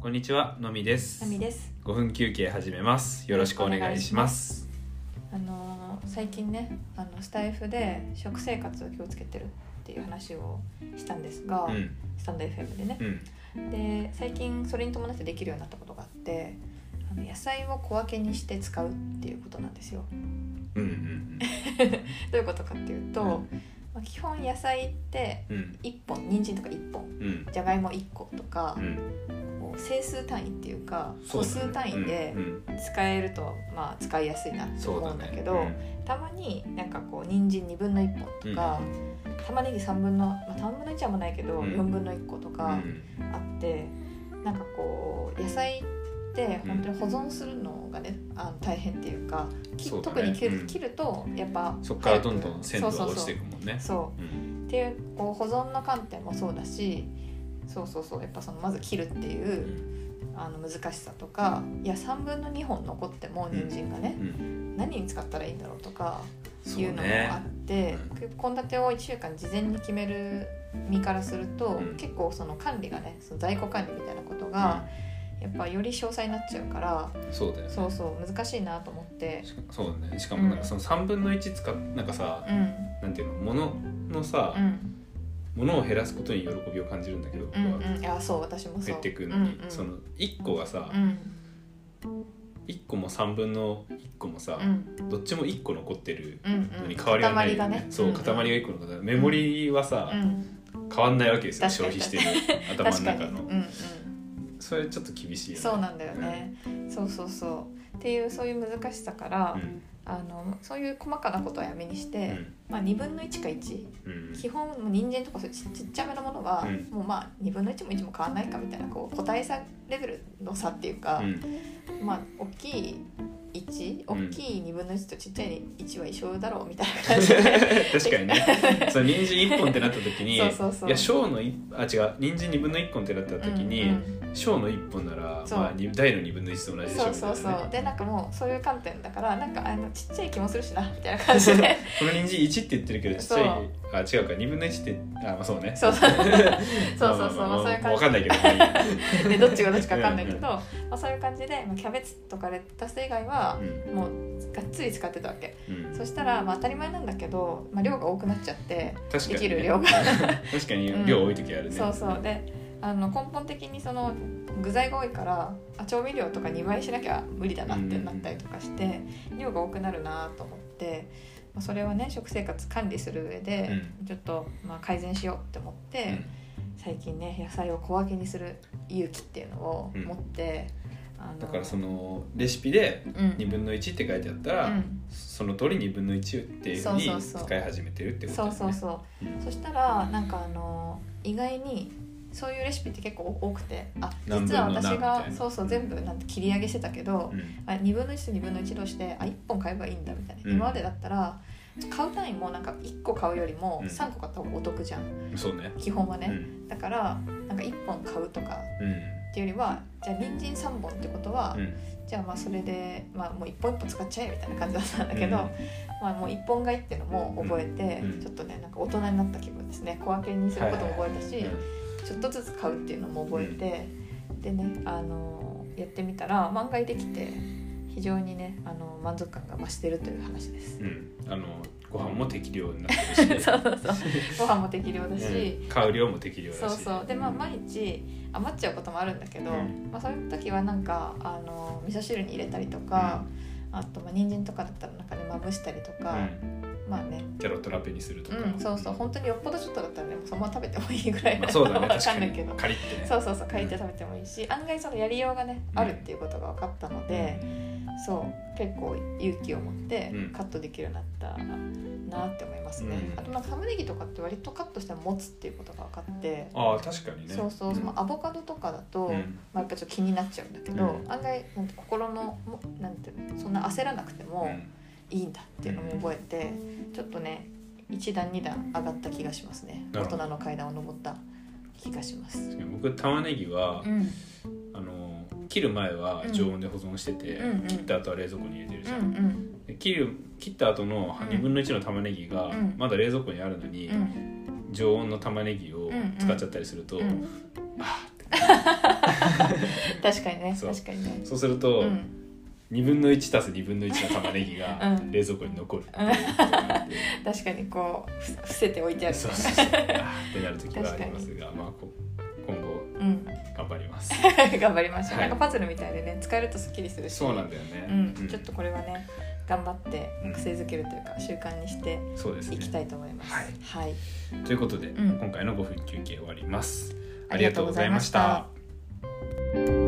こんにちは、のみです。ナミです。 5分休憩始めます。よろしくお願いします。あのー最近ね、あのスタイフで食生活を気をつけてるっていう話をしたんですが、うん、スタンド FM でねう。ん、で、最近それに伴ってできるようになったことがあって、あの野菜を小分けにして使うっていうことなんですよ。うん、うん、どういうことかっていうと、うんまあ基本野菜ってうん、 1本、人参とか1本、うん、じゃがいも1個とかう、ん、こう整数単位っていうか、そ個うだね数単位でうんうん使えると、まあ使いやすいなってそう思だうんだね。けど。たまになんかこう人参2分の1本とか、玉ねぎ3分の、まあ、3分の1はもうないけど、うん4分の1個とうん、かあって、なんかこう野菜って本当に保存するのがねあの大変っていうか、きそうだね特に切る,、うん切るとやっぱうんそこからどんどん鮮度そがうそうそ落うちていくもんね。、そううんっていうこう保存の観点もそうだしそうそうそうやっぱそのまず切るっていう、あの難しさとかいや3分の2本残っても人参がねう、ん、何に使ったらいいんだろうとか。そういうのもあね。って献立、を1週間事前に決める身からすると、うん結構その管理がねその在庫管理みたいなことが、やっぱより詳細になっちゃうからうんそうだよね。そうそう難しいなと思ってしかそうだね。しかもなんかその三分の一使っなんかさ、うんなんていうの、もののさう、んものを減らすことに喜びを感じるんだけど、う僕はんうんいやそう私もそう減ってくのにうんう、ん、その一個がさう、ん一個も三分の一個もさう、んどっちも一個残ってるうんのうんに変わりはない、塊がねそう塊が一個残ってるメモリはさ、うん変わんないわけですよ消確かに費してる頭の確かに中の、うんうんそれちょっと厳しいよねそうなんだよね、そうそうそうっていうそういう難しさから、うんあのそういう細かなことはやめにしうて、んまあ2分の1か1うん基本もう人参とかそういうちちっちゃめのものは、うんもうまあ2分の1も1も変わんないかみたいなこう個体差レベルの差っていうか、うん まあ大きい1う大んきい2分の1とちっちゃい1は一緒だろうみたいな感じ で確かにねそう人参一本ってなった時にそうそうそういや小の一あ違う人参二分の一本ってなった時に、うんうん小の一本なら、そうまあ、に大の二分の一と同じでしょそうそうみそたいなうねでなんかもうそういう観点だからなんかあのちっちゃい気もするしなみたいな感 じでこの人参一って言ってるけどちっちゃいあ違うか二分の一ってあまあそうねそうそうそうそうそ うまあまあまあそういうわ感かんないけどまあいい やじでどっちがどっちか分かんないけどうんまあ、そういう感じで、まあ、キャベツとかレタス以外はうもうがっつり使ってたわけ。んうんそしたら、まあ、当たり前なんだけど、まあ、量が多くなっちゃって、確かに、できる量が 確かに量多い時あるね、そうそうであの根本的にその具材が多いからあ調味料とか2倍しなきゃ無理だなってなったりとかして、量が多くなるなと思って、まあ、それをね食生活管理する上で、ちょっと、まあ、改善しようって思って、うん最近ね野菜を小分けにする勇気っていうのを持って、あのだからそのレシピでうん2分の1って書いてあったうら、んその通り2分の1っていうふうそにうそうそう使い始めてるってことだそよねうそうそううんそしたらなんかあの意外にそういうレシピって結構多くてあ何分実のは何私みがたいなそうそう全部なんて切り上げしてたけど、うんあ2分の1と2分の1としてあ1本買えばいいんだみたいな、うん今までだったら買う単位もなんか1個買うよりもうん3個買った方がお得じゃん、そうね基本はうね、んだからなんか1本買うとかうんっていうよりはじゃあ人参3本ってことは、うんじゃあまあそれで、まあ、もう1本1本使っちゃえみたいな感じだったんだけど、まあ、もう一本買いっていうのも覚えて、うんちょっとねなんか大人になった気分ですね小分けにすることも覚えたし、うちょっとずつ買うっていうのも覚えて、でねあのやってみたら漫画できて非常にねあの満足感が増してるという話 です。んうんあのご飯も適量になってるし そうそうそうご飯も適量だし、うん買う量も適量だしそうそうでまあ毎日余っちゃうこともあるんだけど、うんまあ、そういう時はなんかあの味噌汁に入れたりとか、あとまあ人参とかだったらなんかねまぶしたりとうか、んまあねキャロットラペにするとか、うん、そうそう本当によっぽどちょっとだったらねもうそのまま食べてもいいぐらいまあ、そうだねわ確かかんないけにどカリってねそうそうそう書いて食べてもいいし、案外そのやりようがねうんあるっていうことが分かったので、そう結構勇気を持ってうんカットできるようになったなって思いますね、うんあとなんか玉ねぎとかって割とカットしても持つっていうことが分かって、ああ確かにねそうそうそのアボカドとかだと、うんまあ、やっぱちょっと気になっちゃうんだけど、う案外なんて心のもなんていうのそんな焦らなくても、うんいいんだっていうのも覚えて、ちょっとね一段二段上がった気がしますねな大るほ人どの階段を登った気がします確かに僕玉ねぎは、うんうんあの切る前は常温で保存してて、うんうん切った後は冷蔵庫に入れてるじうゃん、んで切る切った後のうん2分の1の玉ねぎがうんまだ冷蔵庫にあるのに、うん常温の玉ねぎをうんうん使っちゃったりすると、うんあーって 確かにねそう確かにねそうすると、 うん2分の1足す2分の1の玉ねぎがうん冷蔵庫に残るっていうことになって確かにこうふ伏せておいてあるそうそうそうあーってなる時はありますが、まあ、こ今後うん 頑張ります頑張りましょう、はいなんかパズルみたいでね使えるとすっきりするしそうなんだよね、うんうんちょっとこれはね頑張ってうん癖づけるというか習慣にしてそうですいきねたいと思います、はいはい、ということで、うん今回の5分休憩終わりますあありりががととううごござざいいままししたた